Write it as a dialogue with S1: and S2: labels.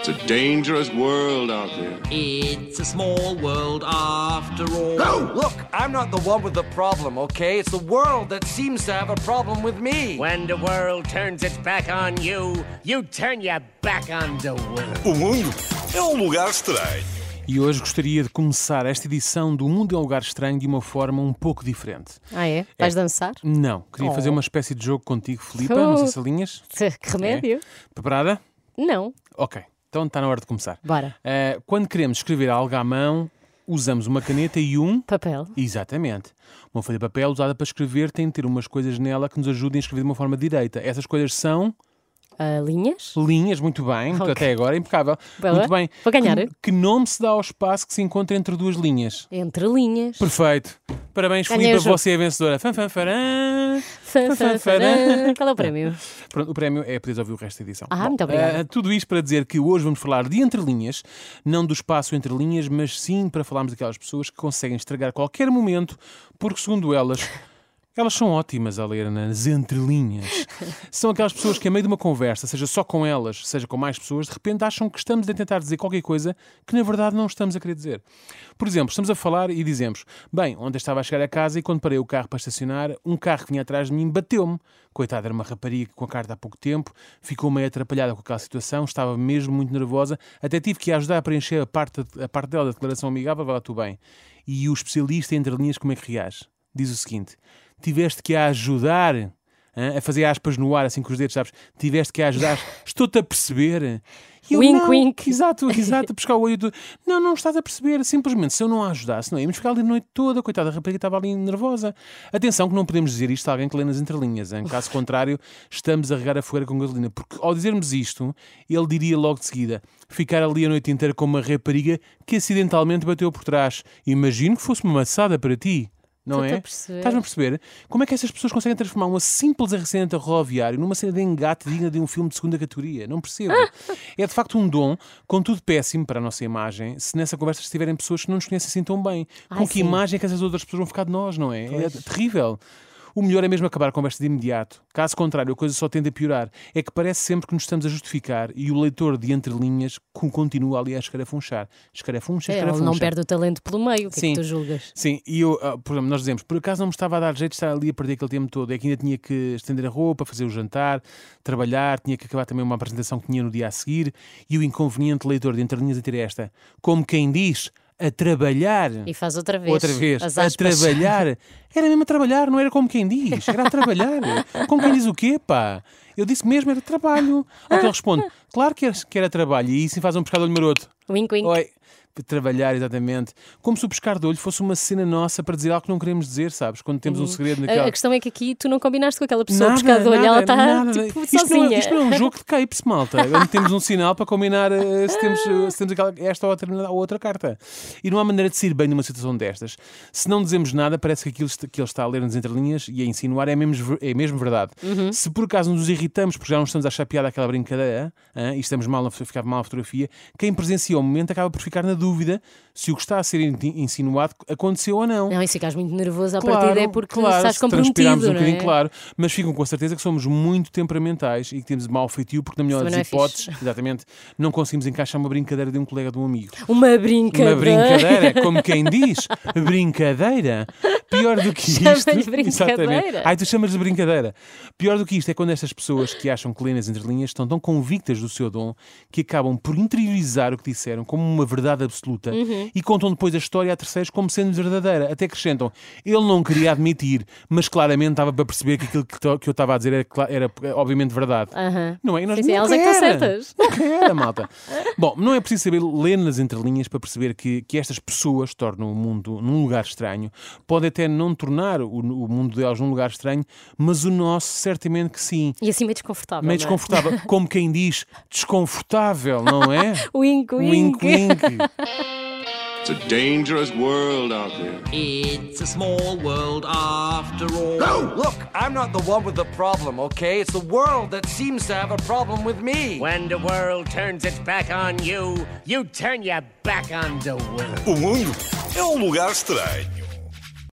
S1: It's a dangerous world out there.
S2: It's a small world after all.
S3: Look, I'm not the one with the problem, okay? It's the world that seems to have a problem with me.
S4: When the world turns its back on you, you turn your back on the world.
S5: O mundo é um lugar estranho.
S6: E hoje gostaria de começar esta edição do Mundo é um Lugar Estranho de uma forma um pouco diferente.
S7: Ah, é? Vais dançar?
S6: Não, queria
S7: Oh.
S6: fazer uma espécie de jogo contigo, Filipa, não sei se alinhas.
S7: Que
S6: É.
S7: remédio?
S6: Preparada?
S7: Não.
S6: Ok, então está na hora de começar.
S7: Bora.
S6: Eh, quando queremos escrever algo à mão, usamos uma caneta e um...
S7: Papel.
S6: Exatamente. Uma folha de papel usada para escrever tem de ter umas coisas nela que nos ajudem a escrever de uma forma direita. Essas coisas são
S7: Ah, linhas?
S6: linhas, muito bem,
S7: Ok.
S6: até agora é impecável.
S7: Boa.
S6: Muito bem.
S7: Vou ganhar.
S6: Que, que nome se dá ao espaço que se encontra entre duas linhas?
S7: Entre linhas.
S6: Perfeito. Parabéns,
S7: Ganhei
S6: Filipe,
S7: o jogo.
S6: você é a vencedora. Fã, fã, farã.
S7: Fã, fã, farã. Qual é o prémio?
S6: Pronto, o prémio é poderes ouvir o resto da edição.
S7: Ah, muito obrigada.
S6: ah, tudo isto para dizer que hoje vamos falar de entrelinhas, não do espaço entre linhas, mas sim para falarmos daquelas pessoas que conseguem estragar qualquer momento, porque segundo elas. Elas são ótimas a ler nas entrelinhas. São aquelas pessoas que, a meio de uma conversa, seja só com elas, seja com mais pessoas, de repente acham que estamos a tentar dizer qualquer coisa que, na verdade, não estamos a querer dizer. Por exemplo, estamos a falar e dizemos: Bem, ontem estava a chegar a casa e, quando parei o carro para estacionar, um carro que vinha atrás de mim bateu-me. Coitada, era uma rapariga com a carta há pouco tempo, ficou meio atrapalhada com aquela situação, estava mesmo muito nervosa, até tive que a ajudar a preencher a parte, a parte dela da declaração amigável, vai lá tu bem. E o especialista, entre linhas, como é que reage? diz o seguinte: tiveste que a ajudar hã, a fazer aspas no ar, assim com os dedos, sabes? Tiveste que a ajudar, estou-te a perceber. E eu,
S7: Wink,
S6: não.
S7: wink.
S6: Exato, exato, a pescar o olho do. Não, não estás a perceber. Simplesmente, se eu não a ajudasse, não íamos ficar ali a noite toda. Coitada, a rapariga estava ali nervosa. Atenção, que não podemos dizer isto a alguém que lê nas entrelinhas. Em caso contrário, estamos a regar a fogueira com gasolina. Porque ao dizermos isto, ele diria logo de seguida: ficar ali a noite inteira com uma rapariga que acidentalmente bateu por trás. Imagino que fosse uma maçada para ti. Não
S7: Estou-te
S6: é?
S7: a perceber.
S6: Estás-me a perceber? Como é que essas pessoas conseguem transformar um simples acidente rodoviário numa cena de engate digna de um filme de segunda categoria? Não percebo. é de facto um dom, contudo péssimo para a nossa imagem, se nessa conversa estiverem pessoas que não nos conhecem assim tão bem.
S7: Ai,
S6: Com que
S7: sim.
S6: imagem é que essas outras pessoas vão ficar de nós, não é? É terrível. O melhor é mesmo acabar a conversa de imediato. Caso contrário, a coisa só tende a piorar. É que parece sempre que nos estamos a justificar e o leitor de entrelinhas co- continua ali a escarafunchar. Escarafuncha,
S7: É, Ele
S6: escarafuncha.
S7: não perde o talento pelo meio. O que é
S6: Sim.
S7: que tu julgas?
S6: Sim, e eu, ah, por exemplo, nós dizemos, por acaso não me estava a dar jeito de estar ali a perder aquele tempo todo, é que ainda tinha que estender a roupa, fazer o jantar, trabalhar, tinha que acabar também uma apresentação que tinha no dia a seguir, e o inconveniente leitor de entre linhas a ter esta, como quem diz, a trabalhar.
S7: E faz outra vez.
S6: Outra vez,
S7: As
S6: a
S7: aspas.
S6: trabalhar. Era mesmo a trabalhar, não era como quem diz, era a trabalhar. Como quem diz o quê, pá? Eu disse mesmo, era trabalho. Ao que ele responde, claro que era, que era trabalho, e isso faz um pescado olho maroto.
S7: Wink, wink.
S6: Oi. Trabalhar, exatamente. Como se o pescar de olho fosse uma cena nossa para dizer algo que não queremos dizer, sabes? Quando temos um segredo
S7: A,
S6: naquela.
S7: a questão é que aqui tu não combinaste com aquela pessoa pescada de olho. Ela está
S6: nada.
S7: tipo
S6: isto Não é,
S7: sozinha.
S6: isto não é um jogo de capes, malta. Onde temos um sinal para combinar eh, se temos, eh, se temos aquela- esta ou outra, ou outra carta. E não há maneira de sair bem numa situação destas. Se não dizemos nada, parece que aquilo est- que ele está a ler nas entrelinhas e a insinuar é mesmo, ver- é mesmo verdade.
S7: Uhum.
S6: Se por acaso nos irritamos porque já não estamos a achar piada aquela brincadeira ah, e estamos mal a fo- ficar mal a fotografia, quem presencia o momento acaba por ficar na dúvida se o que está a ser in- insinuado aconteceu ou não.
S7: Não, e se ficares muito nervoso à
S6: Claro,
S7: partida é porque
S6: claro,
S7: estás
S6: se transpirarmos
S7: comprometido,
S6: um
S7: não
S6: bocadinho,
S7: é?
S6: claro. Mas ficam com a certeza que somos muito temperamentais e que temos mau feitio, porque, na melhor
S7: Também
S6: das
S7: não é
S6: hipóteses, exatamente, não conseguimos encaixar uma brincadeira de um colega de um amigo.
S7: Uma brincadeira.
S6: Uma brincadeira, como quem diz, brincadeira. Pior do que
S7: Chama-lhe
S6: isto.
S7: brincadeira.
S6: Exatamente. Ai, tu chamas de brincadeira. Pior do que isto é quando estas pessoas que acham que lêem nas entrelinhas estão tão convictas do seu dom que acabam por interiorizar o que disseram como uma verdade absoluta e contam depois a história a terceiros como sendo verdadeira. Até acrescentam, ele não queria admitir, mas claramente estava para perceber que aquilo que to- que eu estava a dizer era, cla- era eh, obviamente verdade.
S7: Aham.
S6: Não é? E nós
S7: Sim, sim,
S6: não
S7: elas é que estão
S6: quero.
S7: certas.
S6: Não quero, malta. Bom, não é preciso saber ler nas entrelinhas para perceber que, que estas pessoas tornam o mundo num lugar estranho. Pode até não tornar o, o mundo delas num lugar estranho, mas o nosso certamente que sim.
S7: E assim meio desconfortável.
S6: Meio
S7: não é?
S6: desconfortável, como quem diz, desconfortável, não é?
S7: Wink, wink.
S6: wink. wink.
S1: It's a dangerous world out there.
S2: It's a small world after all.
S3: Look, I'm not the one with the problem, okay? It's the world that seems to have a problem with me.
S4: When the world turns its back on you, you turn your back on the world.
S5: O mundo é um lugar estranho.